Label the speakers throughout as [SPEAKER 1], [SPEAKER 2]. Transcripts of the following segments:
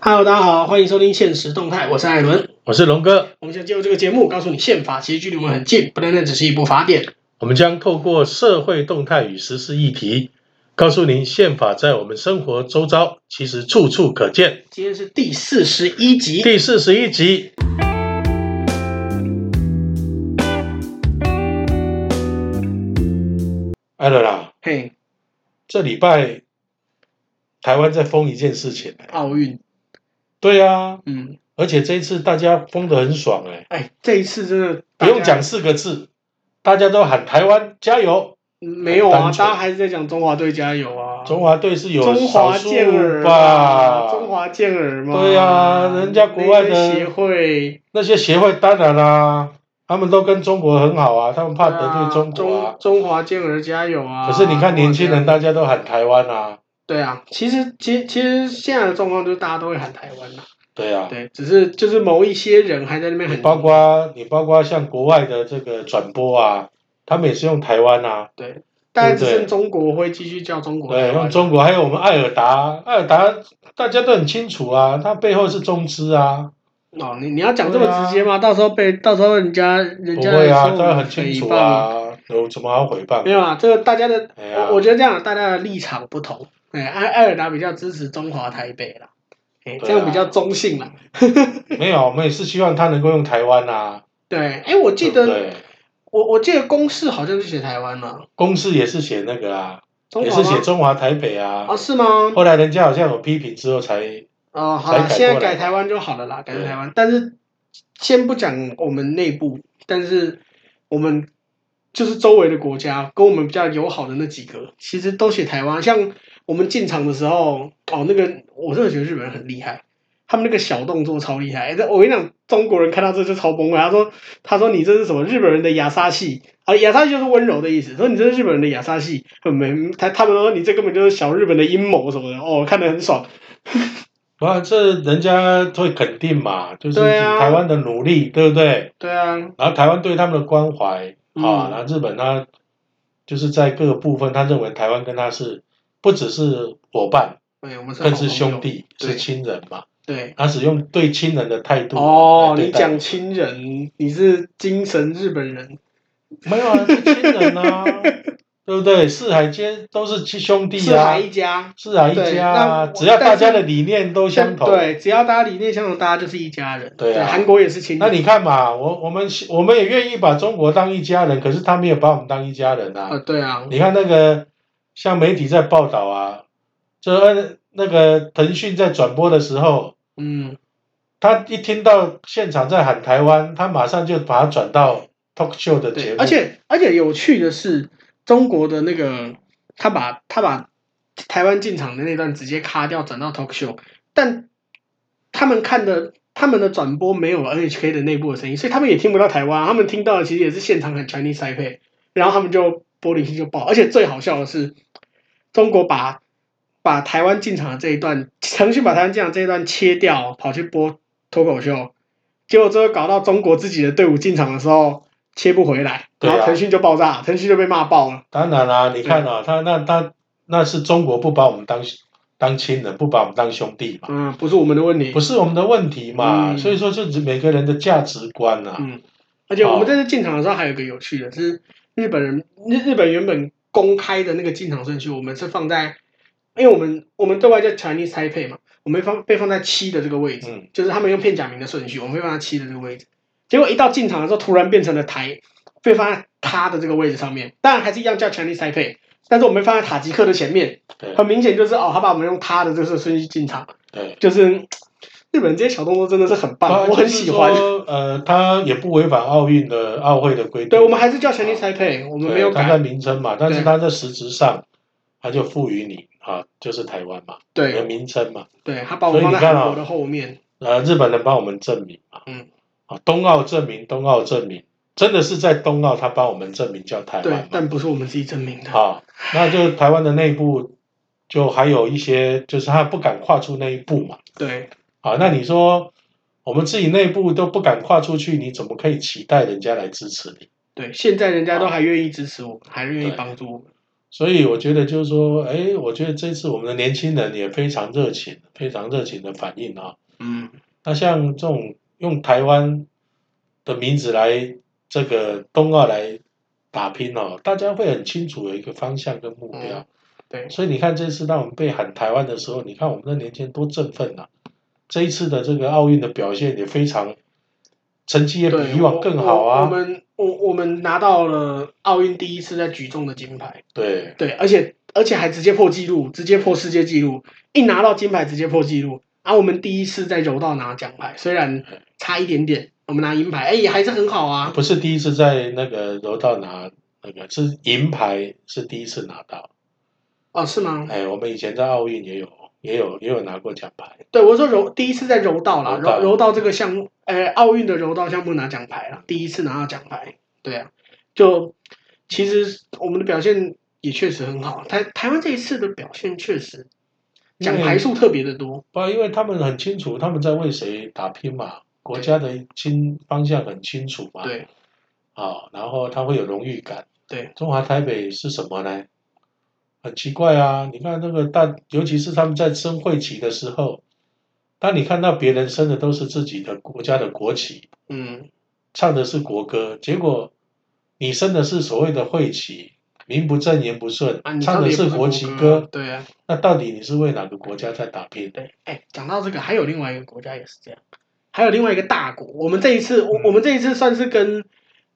[SPEAKER 1] Hello，大家好，欢迎收听《现实动态》，我是艾伦。
[SPEAKER 2] 我是龙哥，
[SPEAKER 1] 我们想借由这个节目，告诉你宪法其实距离我们很近，不单单只是一部法典。
[SPEAKER 2] 我们将透过社会动态与时事议题，告诉您宪法在我们生活周遭其实处处可见。
[SPEAKER 1] 今天是第四十一集，
[SPEAKER 2] 第四十一集，艾伦啊，
[SPEAKER 1] 嘿，
[SPEAKER 2] 这礼拜台湾在封一件事情、哎
[SPEAKER 1] 奥运，
[SPEAKER 2] 对啊，
[SPEAKER 1] 嗯，
[SPEAKER 2] 而且这一次大家封得很爽哎、
[SPEAKER 1] 哎，这一次真的
[SPEAKER 2] 不用
[SPEAKER 1] 大
[SPEAKER 2] 讲
[SPEAKER 1] 家，
[SPEAKER 2] 四个字，大家都喊台湾加油，
[SPEAKER 1] 没有啊，
[SPEAKER 2] 单纯
[SPEAKER 1] 大家还是在讲中华队加油啊，
[SPEAKER 2] 中华队是有
[SPEAKER 1] 中华
[SPEAKER 2] 少数
[SPEAKER 1] 健儿
[SPEAKER 2] 吧？
[SPEAKER 1] 嘛，中华健儿嘛，
[SPEAKER 2] 对啊人家国外的
[SPEAKER 1] 那些协会
[SPEAKER 2] 那些协会当然啦、啊他们都跟中国很好啊，他们怕得
[SPEAKER 1] 啊
[SPEAKER 2] 罪中国啊
[SPEAKER 1] 中。中华健儿加油啊！
[SPEAKER 2] 可是你看年轻
[SPEAKER 1] 中
[SPEAKER 2] 人，
[SPEAKER 1] 华健儿
[SPEAKER 2] 大家都喊台湾啊，
[SPEAKER 1] 对啊，其实其实其实现在的状况就是大家都会喊台湾啦、
[SPEAKER 2] 对啊，
[SPEAKER 1] 对，只是就是某一些人还在那边很
[SPEAKER 2] 包括你包括像国外的这个转播啊，他们也是用台湾啊，
[SPEAKER 1] 但只
[SPEAKER 2] 对
[SPEAKER 1] 剩中国会继续叫中国台
[SPEAKER 2] 对，
[SPEAKER 1] 湾
[SPEAKER 2] 用中国，还有我们艾尔达，艾尔达大家都很清楚啊，它背后是中资啊，
[SPEAKER 1] 哦，你你要讲这么直接吗？到时候被到时候人家人
[SPEAKER 2] 不
[SPEAKER 1] 家
[SPEAKER 2] 会啊，
[SPEAKER 1] 说
[SPEAKER 2] 都
[SPEAKER 1] 我
[SPEAKER 2] 很
[SPEAKER 1] 们
[SPEAKER 2] 清楚
[SPEAKER 1] 诽谤
[SPEAKER 2] 啊，有什么好诽谤
[SPEAKER 1] 没？有啊，这个大家的，
[SPEAKER 2] 哎呀
[SPEAKER 1] 我我觉得这样大家的立场不同。哎，艾艾尔达比较支持中华台北啦，哎，
[SPEAKER 2] 对啊
[SPEAKER 1] 这样比较中性啦。
[SPEAKER 2] 没有，我们也是希望他能够用台湾啊，
[SPEAKER 1] 对，哎，我记
[SPEAKER 2] 对不
[SPEAKER 1] 得
[SPEAKER 2] 对
[SPEAKER 1] 我我记得公式好像是写台湾了，
[SPEAKER 2] 公司也是写那个啊，
[SPEAKER 1] 中
[SPEAKER 2] 也
[SPEAKER 1] 华
[SPEAKER 2] 是写
[SPEAKER 1] 吗？
[SPEAKER 2] 中华台北啊，
[SPEAKER 1] 啊，是吗？
[SPEAKER 2] 后来人家好像有批评之后才，
[SPEAKER 1] 哦，好了，
[SPEAKER 2] 才改过来
[SPEAKER 1] 现在改台湾就好了啦，改成
[SPEAKER 2] 对
[SPEAKER 1] 台湾。但是先不讲我们内部，但是我们就是周围的国家，跟我们比较友好的那几个，其实都写台湾。像我们进场的时候，哦，那个我真的觉得日本人很厉害，他们那个小动作超厉害。这我跟你讲，中国人看到这就超崩溃。他说：“他说你这是什么日本人的雅莎系啊？雅莎系就是温柔的意思。说你这是日本人的雅莎系，很没他他们都说你这根本就是小日本的阴谋什么的。哦，看得很爽。”
[SPEAKER 2] 哇，这人家会肯定嘛，就是
[SPEAKER 1] 对啊
[SPEAKER 2] 台湾的努力，对不对？
[SPEAKER 1] 对啊，
[SPEAKER 2] 然后台湾对他们的关怀
[SPEAKER 1] 嗯
[SPEAKER 2] 啊，然后日本他就是在各个部分，他认为台湾跟他是不只是伙伴，
[SPEAKER 1] 对，我们是好
[SPEAKER 2] 更是
[SPEAKER 1] 朋友
[SPEAKER 2] 兄。弟，
[SPEAKER 1] 对
[SPEAKER 2] 是亲人嘛。
[SPEAKER 1] 对，
[SPEAKER 2] 他使用对亲人的态度
[SPEAKER 1] 哦，
[SPEAKER 2] 来对
[SPEAKER 1] 你
[SPEAKER 2] 待
[SPEAKER 1] 讲亲人，你是精神日本人，
[SPEAKER 2] 没有啊，是亲 人啊，对不对？四海皆都是亲兄弟
[SPEAKER 1] 四
[SPEAKER 2] 啊
[SPEAKER 1] 海，一家。
[SPEAKER 2] 四海一
[SPEAKER 1] 对
[SPEAKER 2] 家
[SPEAKER 1] 那
[SPEAKER 2] 啊，
[SPEAKER 1] 我
[SPEAKER 2] 只要
[SPEAKER 1] 但
[SPEAKER 2] 大家
[SPEAKER 1] 是
[SPEAKER 2] 的理念都相同，
[SPEAKER 1] 对，只要大家理念相同，大家就是一家人。
[SPEAKER 2] 对啊
[SPEAKER 1] 韩国也是亲人。
[SPEAKER 2] 那你看嘛，我我们我们也愿意把中国当一家人，可是他没有把我们当一家人
[SPEAKER 1] 啊，
[SPEAKER 2] 啊。
[SPEAKER 1] 对啊，
[SPEAKER 2] 你看那个，像媒体在报道啊，这呃那个腾讯在转播的时候，
[SPEAKER 1] 嗯，
[SPEAKER 2] 他一听到现场在喊台湾，他马上就把它转到 talk show 的节
[SPEAKER 1] 对。
[SPEAKER 2] 目，
[SPEAKER 1] 而且而且有趣的是，中国的那个他把他把台湾进场的那段直接卡掉，转到 talk show，但他们看的。他们的转播没有 NHK 的内部的声音，所以他们也听不到台湾。啊他们听到的其实也是现场很 Chinese Taipei，然后他们就玻璃心就爆。而且最好笑的是，中国把把台湾进场的这一段，腾讯把台湾进场这一段切掉，跑去播脱口秀，结果最后搞到中国自己的队伍进场的时候切不回来，
[SPEAKER 2] 对啊
[SPEAKER 1] 然后腾讯就爆炸，腾讯就被骂爆了。
[SPEAKER 2] 当然啦、你看啊，他那他那是中国不把我们当当亲人，不把我们当兄弟嘛，
[SPEAKER 1] 嗯，不是我们的问题
[SPEAKER 2] 不。是我们的问题嘛，
[SPEAKER 1] 嗯
[SPEAKER 2] 所以说就是每个人的价值观啊，
[SPEAKER 1] 嗯，而且我们这次进场的时候还有一个有趣的是，日本人日日本原本公开的那个进场顺序，我们是放在，因为我们我们对外叫 Chinese Taipei 嘛，我们放被放在七的这个位置，
[SPEAKER 2] 嗯
[SPEAKER 1] 就是他们用片假名的顺序，我们被放在七的这个位置。结果一到进场的时候，突然变成了台，被放在他的这个位置上面，当然还是一样叫 Chinese Taipei，但是我们放在塔吉克的前面，
[SPEAKER 2] 对
[SPEAKER 1] 很明显就是哦，他把我们用他的这个顺序进场，
[SPEAKER 2] 对。
[SPEAKER 1] 就是嗯日本人这些小动作真的是很棒，
[SPEAKER 2] 啊
[SPEAKER 1] 我很喜欢
[SPEAKER 2] 就。是说呃，他也不违反奥运的奥会的规定。
[SPEAKER 1] 对，我们还是叫 Chinese Taipei，我们没有
[SPEAKER 2] 啊对它在
[SPEAKER 1] 改。
[SPEAKER 2] 名称嘛，但是
[SPEAKER 1] 对
[SPEAKER 2] 它在实质上，它就赋予你啊，就是台湾嘛，你的
[SPEAKER 1] 对
[SPEAKER 2] 名称嘛。
[SPEAKER 1] 对，他把我们放在
[SPEAKER 2] 所以你看
[SPEAKER 1] 韩
[SPEAKER 2] 啊
[SPEAKER 1] 国的后面。
[SPEAKER 2] 呃，日本人帮我们证明嘛，
[SPEAKER 1] 嗯，
[SPEAKER 2] 啊，冬奥证明，冬奥证明，真的是在冬奥他帮我们证明叫台
[SPEAKER 1] 对
[SPEAKER 2] 湾，嘛。
[SPEAKER 1] 但不是我们自己证明的。
[SPEAKER 2] 啊，那就台湾的内部就还有一些，就是他不敢跨出那一步嘛。
[SPEAKER 1] 对
[SPEAKER 2] 啊，那你说我们自己内部都不敢跨出去，你怎么可以期待人家来支持你？
[SPEAKER 1] 对，现在人家都还愿意支持我们，还愿意帮助我们。
[SPEAKER 2] 所以我觉得就是说，哎，我觉得这次我们的年轻人也非常热情，非常热情的反应啊。
[SPEAKER 1] 嗯，
[SPEAKER 2] 那像这种用台湾的名字来这个冬奥来打拼哦，大家会很清楚有一个方向跟目标。
[SPEAKER 1] 嗯对，
[SPEAKER 2] 所以你看这次当我们被喊台湾的时候，你看我们的年轻人多振奋啊！这一次的这个奥运的表现也非常，成绩也
[SPEAKER 1] 对，
[SPEAKER 2] 比以往
[SPEAKER 1] 我
[SPEAKER 2] 更好
[SPEAKER 1] 我我
[SPEAKER 2] 啊。
[SPEAKER 1] 们我我们拿到了奥运第一次在举重的金牌，
[SPEAKER 2] 对
[SPEAKER 1] 对，而且而且还直接破纪录，直接破世界纪录，一拿到金牌直接破纪录。啊，我们第一次在柔道拿奖牌，虽然差一点点，我们拿银牌，哎、也还是很好啊。
[SPEAKER 2] 不是第一次在那个柔道拿那个是银牌，是第一次拿到。
[SPEAKER 1] 哦，是吗？
[SPEAKER 2] 哎，我们以前在奥运也有也有也有拿过奖牌。
[SPEAKER 1] 对，我说柔第一次在柔道啦，
[SPEAKER 2] 柔道
[SPEAKER 1] 柔柔道这个项目，呃，奥运的柔道项目拿奖牌了，第一次拿到奖牌。对啊，就其实我们的表现也确实很好，台台湾这一次的表现确实奖牌数特别的多。
[SPEAKER 2] 不，因为他们很清楚他们在为谁打拼嘛，国家的清方向很清楚嘛。
[SPEAKER 1] 对，
[SPEAKER 2] 啊，然后他会有荣誉感。
[SPEAKER 1] 对，
[SPEAKER 2] 中华台北是什么呢？很奇怪啊！你看那个大，尤其是他们在升会旗的时候，当你看到别人升的都是自己的国家的国旗，
[SPEAKER 1] 嗯，
[SPEAKER 2] 唱的是国歌，结果你升的是所谓的会旗，名不正言不顺，
[SPEAKER 1] 啊，你
[SPEAKER 2] 唱
[SPEAKER 1] 唱
[SPEAKER 2] 的
[SPEAKER 1] 也不
[SPEAKER 2] 是
[SPEAKER 1] 是
[SPEAKER 2] 国旗
[SPEAKER 1] 歌，
[SPEAKER 2] 歌，
[SPEAKER 1] 对啊，
[SPEAKER 2] 那到底你是为哪个国家在打拼？
[SPEAKER 1] 对，哎，讲到这个，还有另外一个国家也是这样，还有另外一个大国，我们这一次，我
[SPEAKER 2] 嗯
[SPEAKER 1] 我们这一次算是跟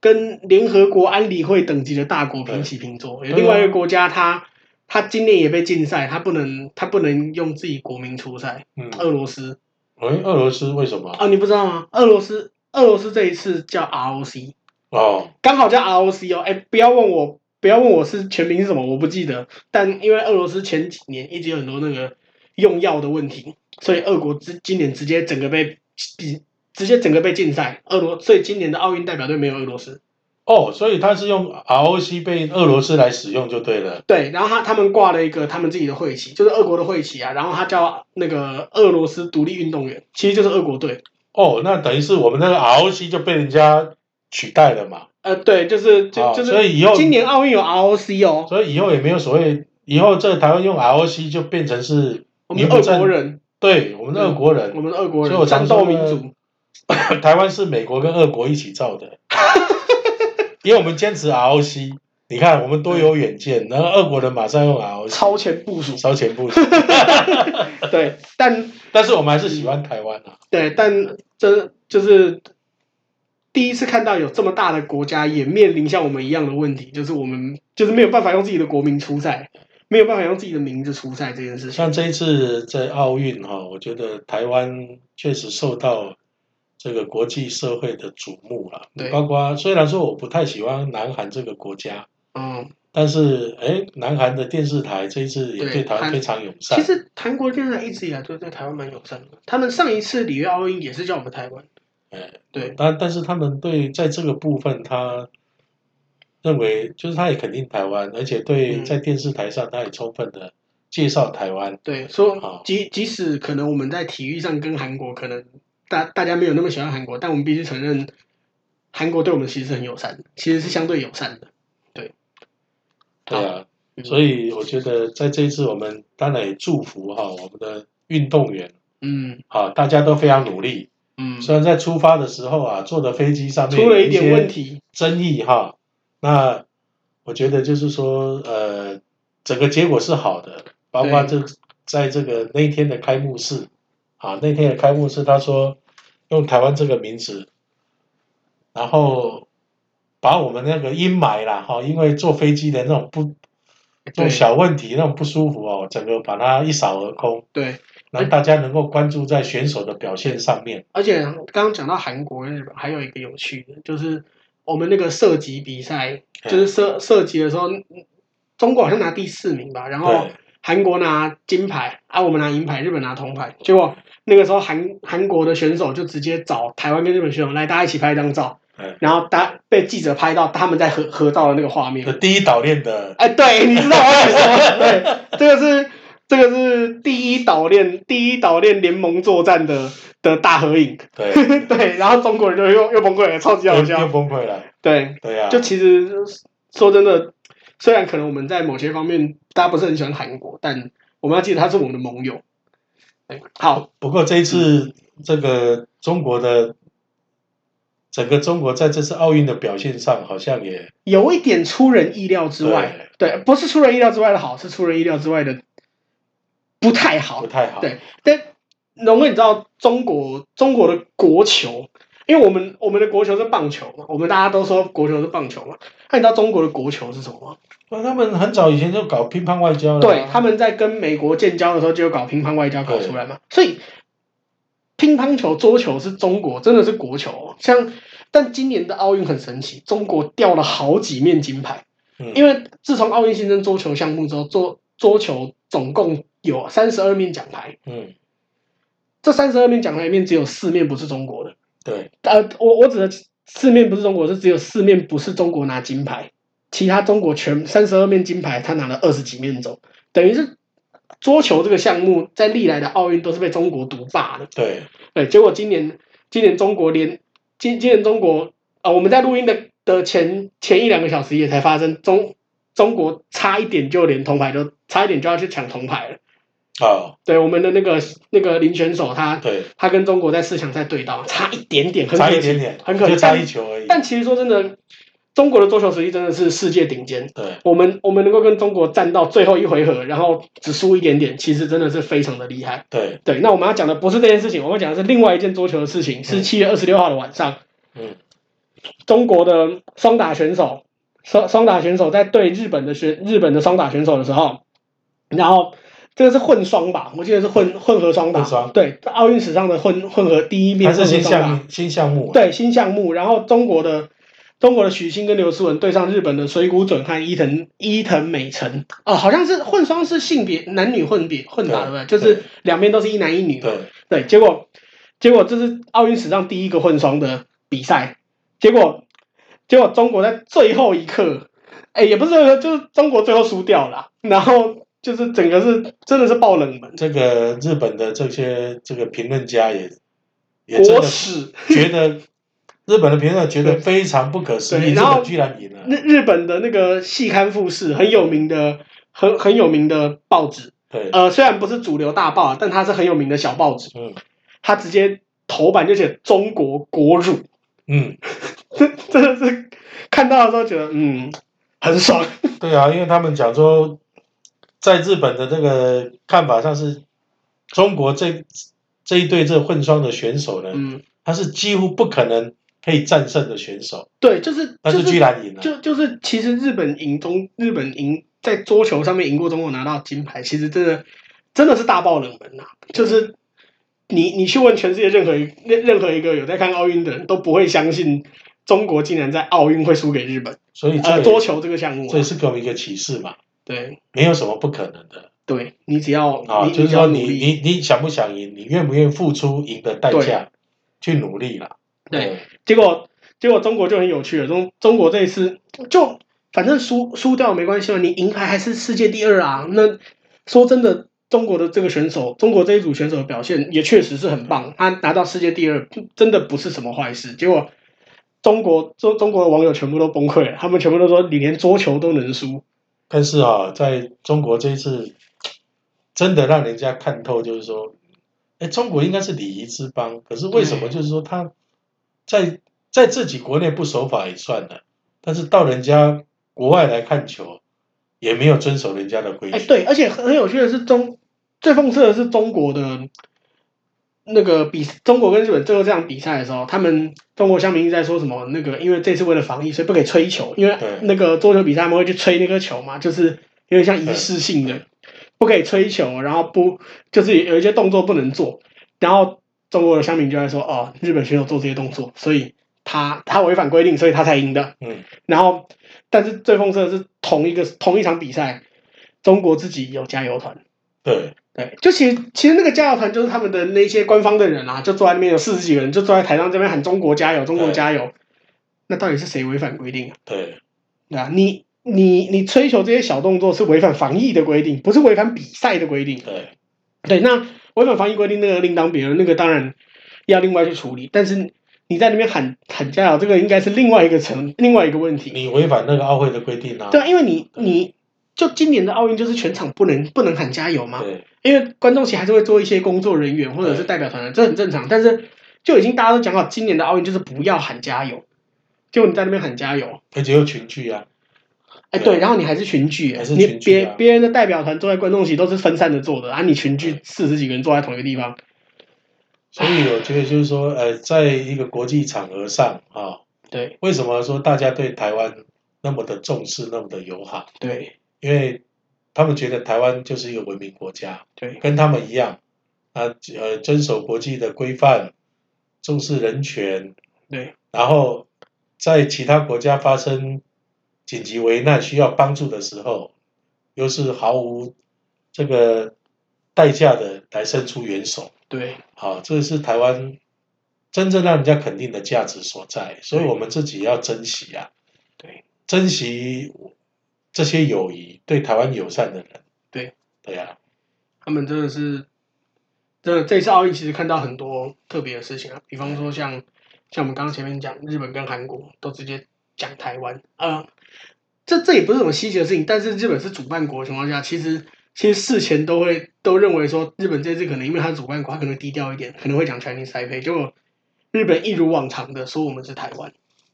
[SPEAKER 1] 跟联合国安理会等级的大国平起平坐，有另外一个国家，它它今年也被禁赛，它不能它不能用自己国民出赛，
[SPEAKER 2] 嗯，
[SPEAKER 1] 俄罗斯
[SPEAKER 2] 哎，俄罗斯为什么？
[SPEAKER 1] 哦，你不知道吗？俄罗斯俄罗斯这一次叫 ROC，
[SPEAKER 2] 哦，
[SPEAKER 1] 刚好叫 ROC 哦，哎，不要问我。不要问我是全名是什么，我不记得。但因为俄罗斯前几年一直有很多那个用药的问题，所以俄国之今年直接整个被直直接整个被禁赛。俄罗，所以今年的奥运代表队没有俄罗斯。
[SPEAKER 2] 哦，所以他是用 ROC 被俄罗斯来使用就对了。
[SPEAKER 1] 对，然后他他们挂了一个他们自己的会旗，就是俄国的会旗啊，然后他叫那个俄罗斯独立运动员，其实就是俄国队。
[SPEAKER 2] 哦，那等于是我们那个 ROC 就被人家取代了嘛。
[SPEAKER 1] 呃，对，就是就、
[SPEAKER 2] 哦
[SPEAKER 1] 就是，
[SPEAKER 2] 所以以后
[SPEAKER 1] 今年奥运有 ROC 哦，
[SPEAKER 2] 所以以后也没有所谓，以后这个台湾用 ROC 就变成是
[SPEAKER 1] 我们
[SPEAKER 2] 名不
[SPEAKER 1] 俄
[SPEAKER 2] 正
[SPEAKER 1] 国人，
[SPEAKER 2] 对我们的俄国
[SPEAKER 1] 我
[SPEAKER 2] 人，
[SPEAKER 1] 们俄国
[SPEAKER 2] 所以我
[SPEAKER 1] 人
[SPEAKER 2] 常
[SPEAKER 1] 战
[SPEAKER 2] 说
[SPEAKER 1] 斗民
[SPEAKER 2] 呢
[SPEAKER 1] 族。
[SPEAKER 2] 台湾是美国跟俄国一起造的， 因为我们坚持 ROC。你看我们多有远见，然后俄国人马上用 ROC
[SPEAKER 1] 超前部署，
[SPEAKER 2] 超前部署，
[SPEAKER 1] 对，但
[SPEAKER 2] 但是我们还是喜欢台湾啊。
[SPEAKER 1] 对，但这就是第一次看到有这么大的国家也面临像我们一样的问题，就是我们就是没有办法用自己的国民出赛，没有办法用自己的名字出赛这件事情。
[SPEAKER 2] 像这一次在奥运哈、我觉得台湾确实受到这个国际社会的瞩目了。
[SPEAKER 1] 对
[SPEAKER 2] 包括虽然说我不太喜欢南韩这个国家，
[SPEAKER 1] 嗯，
[SPEAKER 2] 但是哎，南韩的电视台这一次也
[SPEAKER 1] 对
[SPEAKER 2] 对台湾
[SPEAKER 1] 韩
[SPEAKER 2] 非常友善
[SPEAKER 1] 其。实韩国电视台一直以来都对台湾蛮友善的，他们上一次里约奥运也是叫我们台湾，
[SPEAKER 2] 哎，
[SPEAKER 1] 对，
[SPEAKER 2] 但但是他们对在这个部分，他认为就是他也肯定台湾，而且对
[SPEAKER 1] 嗯
[SPEAKER 2] 在电视台上他也充分的介绍台湾。
[SPEAKER 1] 对，
[SPEAKER 2] 好
[SPEAKER 1] 说即即使可能我们在体育上跟韩国可能大大家没有那么喜欢韩国，但我们必须承认，韩国对我们其实是很友善的，其实是相对友善的。
[SPEAKER 2] 对啊，
[SPEAKER 1] 嗯
[SPEAKER 2] 所以我觉得在这一次，我们当然也祝福哈、我们的运动员
[SPEAKER 1] 嗯
[SPEAKER 2] 啊，大家都非常努力。
[SPEAKER 1] 嗯，
[SPEAKER 2] 虽然在出发的时候啊，坐的飞机上面
[SPEAKER 1] 出了
[SPEAKER 2] 有
[SPEAKER 1] 一
[SPEAKER 2] 一
[SPEAKER 1] 点
[SPEAKER 2] 些
[SPEAKER 1] 问题，
[SPEAKER 2] 争议哈，那我觉得就是说，呃，整个结果是好的，包括这在这个那一天的开幕式啊，那天的开幕式他说用台湾这个名字，然后把我们那个阴霾啦哈，因为坐飞机的那种不这
[SPEAKER 1] 对
[SPEAKER 2] 种小问题那种不舒服哦，整个把它一扫而空，
[SPEAKER 1] 对，
[SPEAKER 2] 让大家能够关注在选手的表现上面。
[SPEAKER 1] 而且刚刚讲到韩国跟日本，还有一个有趣的，就是我们那个射击比赛，
[SPEAKER 2] 嗯
[SPEAKER 1] 就是射射击的时候，嗯中国好像拿第四名吧，然后
[SPEAKER 2] 对
[SPEAKER 1] 韩国拿金牌，啊，我们拿银牌，日本拿铜牌，结果那个时候韩韩国的选手就直接找台湾跟日本选手来，大家一起拍一张照
[SPEAKER 2] 嗯，
[SPEAKER 1] 然后大被记者拍到他们在合合照的那个画面
[SPEAKER 2] 就，第一岛链的
[SPEAKER 1] 哎，对，你知道我要讲什么？对， 这个是这个是第一岛链第一岛链联盟作战的的大合影，
[SPEAKER 2] 对。
[SPEAKER 1] 对，然后中国人就又又崩溃了，超级好
[SPEAKER 2] 又又
[SPEAKER 1] 笑。
[SPEAKER 2] 崩溃了，
[SPEAKER 1] 对，
[SPEAKER 2] 对呀、
[SPEAKER 1] 就其实说真的，虽然可能我们在某些方面大家不是很喜欢韩国，但我们要记得他是我们的盟友。对好，
[SPEAKER 2] 不过这一次
[SPEAKER 1] 嗯
[SPEAKER 2] 这个中国的整个中国在这次奥运的表现上，好像也
[SPEAKER 1] 有一点出人意料之外，对，不是出人意料之外的好，是出人意料之外的不太好
[SPEAKER 2] 不。太好。
[SPEAKER 1] 对但龙哥，你知道中国中国的国球，因为我们我们的国球是棒球嘛，我们大家都说国球是棒球嘛。那你知道中国的国球是什么吗？
[SPEAKER 2] 那他们很早以前就搞乒乓外交了啊、
[SPEAKER 1] 对，他们在跟美国建交的时候就有搞乒乓外交搞出来嘛，所以乒乓球、桌球是中国真的是国球哦、像但今年的奥运很神奇，中国掉了好几面金牌，
[SPEAKER 2] 嗯
[SPEAKER 1] 因为自从奥运新增桌球项目之后，桌桌球总共有三十二面奖牌，
[SPEAKER 2] 嗯，
[SPEAKER 1] 这三十二面奖牌里面只有四面不是中国的，
[SPEAKER 2] 对，
[SPEAKER 1] 呃，我我指的四面不是中国是只有四面不是中国拿金牌，其他中国全三十二面金牌，他拿了二十几面走，等于是桌球这个项目在历来的奥运都是被中国独霸的。
[SPEAKER 2] 对，
[SPEAKER 1] 对，结果今年今年中国连今今年中国啊、呃我们在录音的的前前一两个小时也才发生中中国差一点就连铜牌都差一点就要去抢铜牌了。
[SPEAKER 2] 哦，
[SPEAKER 1] 对，我们的那个那个林选手他
[SPEAKER 2] 对，
[SPEAKER 1] 他跟中国在四强赛对到，差一点点，很可
[SPEAKER 2] 差
[SPEAKER 1] 惜
[SPEAKER 2] 一点点，
[SPEAKER 1] 很可惜
[SPEAKER 2] 就差一球而已。
[SPEAKER 1] 但其实说真的，中国的桌球实力真的是世界顶尖。
[SPEAKER 2] 对，
[SPEAKER 1] 我们我们能够跟中国战到最后一回合，然后只输一点点，其实真的是非常的厉害。
[SPEAKER 2] 对，
[SPEAKER 1] 对，那我们要讲的不是这件事情，我们要讲的是另外一件桌球的事情，是七月二十六号的晚上，
[SPEAKER 2] 嗯，
[SPEAKER 1] 中国的双打选手双双打选手在对日本的选日本的双打选手的时候，然后这个是混双吧，我记得是混混合双打
[SPEAKER 2] 混双，
[SPEAKER 1] 对，奥运史上的混混合第一面
[SPEAKER 2] 还
[SPEAKER 1] 混
[SPEAKER 2] 是
[SPEAKER 1] 合
[SPEAKER 2] 新
[SPEAKER 1] 双打
[SPEAKER 2] 项。目，新项目啊。
[SPEAKER 1] 对新项目，然后中国的中国的许昕跟刘诗雯对上日本的水谷隼和伊藤伊藤美诚，哦，好像是混双是性别男女混别混打对不对？
[SPEAKER 2] 对
[SPEAKER 1] 就是两边都是一男一女嘛，
[SPEAKER 2] 对，
[SPEAKER 1] 对，结果结果这是奥运史上第一个混双的比赛，结果结果中国在最后一刻，哎，也不是最后一刻就是中国最后输掉了啊，然后就是整个是真的是爆冷门，
[SPEAKER 2] 这个日本的这些这个评论家也也真
[SPEAKER 1] 国
[SPEAKER 2] 的
[SPEAKER 1] 耻。
[SPEAKER 2] 觉得日本的评论家觉得非常不可思
[SPEAKER 1] 对
[SPEAKER 2] 议，日
[SPEAKER 1] 然后
[SPEAKER 2] 本居然赢了。
[SPEAKER 1] 日日本的那个细刊富士很有名的，很很有名的报纸，
[SPEAKER 2] 对，
[SPEAKER 1] 呃，虽然不是主流大报啊，但它是很有名的小报纸。
[SPEAKER 2] 嗯
[SPEAKER 1] 它直接头版就写“中国国辱
[SPEAKER 2] 嗯，”，
[SPEAKER 1] 真的是看到的时候觉得嗯很爽。
[SPEAKER 2] 对啊，因为他们讲说，在日本的这个看法上是，中国这这一对这混双的选手呢，
[SPEAKER 1] 嗯，
[SPEAKER 2] 他是几乎不可能可以战胜的选手，
[SPEAKER 1] 对，就是
[SPEAKER 2] 但
[SPEAKER 1] 就是
[SPEAKER 2] 居
[SPEAKER 1] 是
[SPEAKER 2] 然赢了。
[SPEAKER 1] 就就是其实日本赢中日本赢在桌球上面赢过中国拿到金牌，其实真的真的是大爆冷门呐、就是。你你去问全世界任何一任任何一个有在看奥运的人都不会相信中国竟然在奥运会输给日本，
[SPEAKER 2] 所以哎这
[SPEAKER 1] 呃，
[SPEAKER 2] 也
[SPEAKER 1] 桌球这个项目啊、
[SPEAKER 2] 这也是给我们一个启示嘛，
[SPEAKER 1] 对
[SPEAKER 2] 没有什么不可能的。
[SPEAKER 1] 对，你只要、
[SPEAKER 2] 啊，
[SPEAKER 1] 你
[SPEAKER 2] 就是
[SPEAKER 1] 只要
[SPEAKER 2] 说
[SPEAKER 1] 努
[SPEAKER 2] 你
[SPEAKER 1] 力，
[SPEAKER 2] 你你想不想赢，你愿不愿意付出赢的代价去努力啦。
[SPEAKER 1] 对，结果结果中国就很有趣了，中中国这一次就反正输输掉没关系嘛，你银牌还是世界第二啊。那说真的，中国的这个选手，中国这一组选手的表现也确实是很棒，他拿到世界第二真的不是什么坏事。结果中国中中国的网友全部都崩溃了，他们全部都说你连桌球都能输，
[SPEAKER 2] 但是啊，在中国这一次，真的让人家看透，就是说，哎，中国应该是礼仪之邦，可是为什么
[SPEAKER 1] 对
[SPEAKER 2] 就是说他在在自己国内不守法也算了，但是到人家国外来看球，也没有遵守人家的规
[SPEAKER 1] 哎，
[SPEAKER 2] 矩。
[SPEAKER 1] 对，而且很很有趣的是中，最讽刺的是中国的那个比中国跟日本最后这场比赛的时候，他们中国乡民一直在说什么那个，因为这次为了防疫，所以不可以吹球，因为
[SPEAKER 2] 对
[SPEAKER 1] 那个桌球比赛他们会去吹那个球嘛，就是有点像仪式性的，不可以吹球，然后不就是有一些动作不能做，然后中国的乡民就在说哦，日本选手做这些动作，所以他他违反规定，所以他才赢的。
[SPEAKER 2] 嗯，
[SPEAKER 1] 然后，但是最讽刺的是，同一个同一场比赛，中国自己有加油团。
[SPEAKER 2] 对，
[SPEAKER 1] 对，就其实其实那个加油团就是他们的那些官方的人啊，就坐在那边有四十几个人，就坐在台上这边喊中国加油，中国加油。那到底是谁违反规定啊？
[SPEAKER 2] 对，
[SPEAKER 1] 对啊，你你你追求这些小动作是违反防疫的规定，不是违反比赛的规定。
[SPEAKER 2] 对，
[SPEAKER 1] 对，那违反防疫规定那个另当别论，那个当然要另外去处理。但是你在那边喊喊加油，这个应该是另外一个层另外一个问题。
[SPEAKER 2] 你违反那个奥会的规定啊。
[SPEAKER 1] 对啊，因为你你就今年的奥运就是全场不能不能喊加油嘛，
[SPEAKER 2] 对
[SPEAKER 1] 因为观众席还是会做一些工作人员或者是代表团的，这很正常。但是就已经大家都讲好，今年的奥运就是不要喊加油，结果你在那边喊加油，
[SPEAKER 2] 而且又群聚啊，
[SPEAKER 1] 哎
[SPEAKER 2] 对
[SPEAKER 1] 对，然后你还是群聚，
[SPEAKER 2] 还是
[SPEAKER 1] 你
[SPEAKER 2] 群聚
[SPEAKER 1] 别
[SPEAKER 2] 啊
[SPEAKER 1] 别人的代表团坐在观众席都是分散着坐的，啊你群聚四十几个人坐在同一个地方，
[SPEAKER 2] 所以我觉得就是说，呃，在一个国际场合上啊，
[SPEAKER 1] 对
[SPEAKER 2] 为什么说大家对台湾那么的重视，那么的友好？
[SPEAKER 1] 对
[SPEAKER 2] 因为他们觉得台湾就是一个文明国家，
[SPEAKER 1] 对
[SPEAKER 2] 跟他们一样啊，呃，遵守国际的规范，重视人权，
[SPEAKER 1] 对
[SPEAKER 2] 然后在其他国家发生紧急危难需要帮助的时候，又是毫无这个代价的来伸出援手。
[SPEAKER 1] 对
[SPEAKER 2] 好，这是台湾真正让人家肯定的价值所在，所以我们自己要珍惜啊，
[SPEAKER 1] 对，
[SPEAKER 2] 珍惜这些友谊，对台湾友善的人，
[SPEAKER 1] 对，
[SPEAKER 2] 对啊呀、
[SPEAKER 1] 他们真的是，真的这一次奥运其实看到很多特别的事情啊，比方说像像我们刚刚前面讲，日本跟韩国都直接讲台湾，呃，这这也不是什么稀奇的事情，但是日本是主办国的情况下，其实其实事前都会都认为说日本这次可能因为它是主办国，它可能会低调一点，可能会讲 Chinese Taipei，结果日本一如往常的说我们是台湾。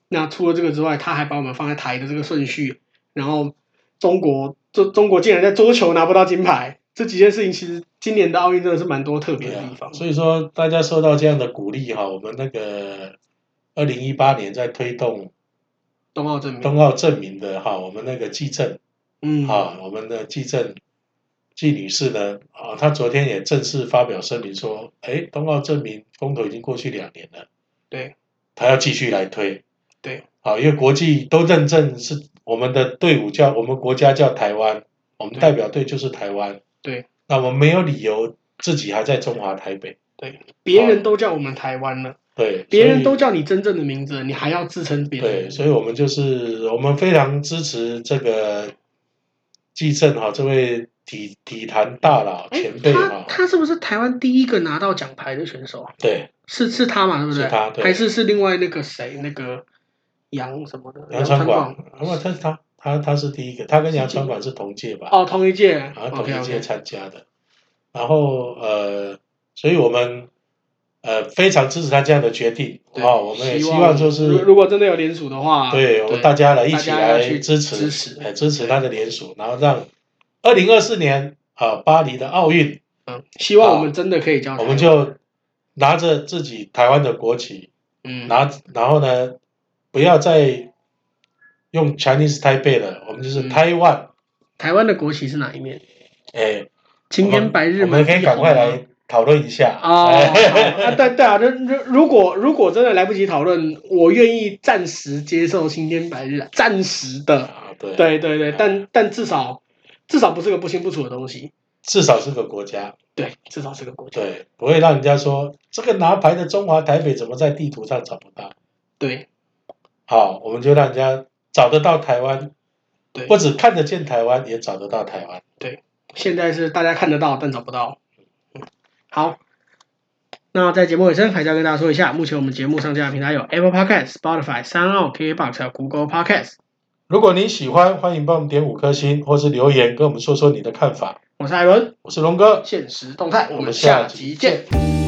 [SPEAKER 1] 那除了这个之外，他还把我们放在台的这个顺序，然后中国中中国竟然在桌球拿不到金牌，这几件事情其实今年的奥运真的是蛮多特别
[SPEAKER 2] 对啊
[SPEAKER 1] 的
[SPEAKER 2] 呀
[SPEAKER 1] 地、方。
[SPEAKER 2] 所以说大家受到这样的鼓励哈，我们那个二零一八年在推动
[SPEAKER 1] 冬奥证明，
[SPEAKER 2] 冬奥证明的哈，我们那个纪政
[SPEAKER 1] 嗯，
[SPEAKER 2] 啊，我们的纪政纪女士呢啊，她昨天也正式发表声明说，哎，冬奥证明公投已经过去两年了。
[SPEAKER 1] 对
[SPEAKER 2] 他要继续来推。
[SPEAKER 1] 对，
[SPEAKER 2] 啊，因为国际都认证是我们的队伍叫我们国家叫台湾，我们
[SPEAKER 1] 对
[SPEAKER 2] 代表队就是台湾。
[SPEAKER 1] 对，
[SPEAKER 2] 那我们没有理由自己还在中华台北。
[SPEAKER 1] 对，别人都叫我们台湾了，
[SPEAKER 2] 对，
[SPEAKER 1] 别人
[SPEAKER 2] 所
[SPEAKER 1] 都
[SPEAKER 2] 以
[SPEAKER 1] 叫你真正的名字，你还要自称别
[SPEAKER 2] 对，
[SPEAKER 1] 人？
[SPEAKER 2] 所以我们就是我们非常支持这个纪政哈，这位体体坛大佬
[SPEAKER 1] 哎
[SPEAKER 2] 前辈
[SPEAKER 1] 他
[SPEAKER 2] 哈。
[SPEAKER 1] 他是不是台湾第一个拿到奖牌的选手啊？
[SPEAKER 2] 对，
[SPEAKER 1] 是是他嘛？对不对？
[SPEAKER 2] 是他对
[SPEAKER 1] 还是是另外那个谁那个杨什么的
[SPEAKER 2] 杨
[SPEAKER 1] 川
[SPEAKER 2] 川广，啊不，他他他他是第一个，他跟杨川广是同届吧？
[SPEAKER 1] 哦，同一届
[SPEAKER 2] 然后同
[SPEAKER 1] OK
[SPEAKER 2] 一届
[SPEAKER 1] OK，
[SPEAKER 2] 参加的。然后呃，所以我们呃非常支持他这样的决定啊、
[SPEAKER 1] 对
[SPEAKER 2] 我们也希望就
[SPEAKER 1] 如
[SPEAKER 2] 是
[SPEAKER 1] 如果真的有联署的话，
[SPEAKER 2] 对我们大家来一起
[SPEAKER 1] 大家要
[SPEAKER 2] 来
[SPEAKER 1] 去
[SPEAKER 2] 支持，
[SPEAKER 1] 支持
[SPEAKER 2] 哎支持他的联署，然后让二零二四年啊、巴黎的奥运，
[SPEAKER 1] 嗯，希望我们真的可以叫台
[SPEAKER 2] 我
[SPEAKER 1] 湾
[SPEAKER 2] 们就拿着自己台湾的国旗，
[SPEAKER 1] 嗯
[SPEAKER 2] 拿然后呢不要再用 Chinese Taipei 了，我们就是
[SPEAKER 1] 嗯
[SPEAKER 2] 台湾，
[SPEAKER 1] 台湾的国旗是哪一面？
[SPEAKER 2] 哎，
[SPEAKER 1] 青天白日
[SPEAKER 2] 我们
[SPEAKER 1] 满
[SPEAKER 2] 可以
[SPEAKER 1] 地红啊
[SPEAKER 2] 赶快
[SPEAKER 1] 吗
[SPEAKER 2] 来讨论 一下
[SPEAKER 1] 哦，好
[SPEAKER 2] 哎
[SPEAKER 1] 啊，对对啊，就如如果如果真的来不及讨论，我愿意暂时接受青天白日啊，暂时的，
[SPEAKER 2] 啊，对，
[SPEAKER 1] 对对对，但但至少至少不是个不清不楚的东西，
[SPEAKER 2] 至少是个国家，
[SPEAKER 1] 对，至少是个国家，
[SPEAKER 2] 对，不会让人家说这个拿牌的中华台北怎么在地图上找不到？
[SPEAKER 1] 对
[SPEAKER 2] 好，我们就让人家找得到台湾，
[SPEAKER 1] 对
[SPEAKER 2] 不止看得见台湾，也找得到台湾。
[SPEAKER 1] 现在是大家看得到但找不到，嗯好。那在节目尾声，还是要跟大家说一下，目前我们节目上架的平台有 Apple Podcast、Spotify、三奥 KBox 还有 Google Podcast。
[SPEAKER 2] 如果您喜欢，欢迎帮我们点五颗星，或是留言跟我们说说你的看法。
[SPEAKER 1] 我是艾文，
[SPEAKER 2] 我是龙哥，
[SPEAKER 1] 现实动态，我
[SPEAKER 2] 我
[SPEAKER 1] 们
[SPEAKER 2] 们
[SPEAKER 1] 下
[SPEAKER 2] 下
[SPEAKER 1] 集
[SPEAKER 2] 集
[SPEAKER 1] 见
[SPEAKER 2] 见。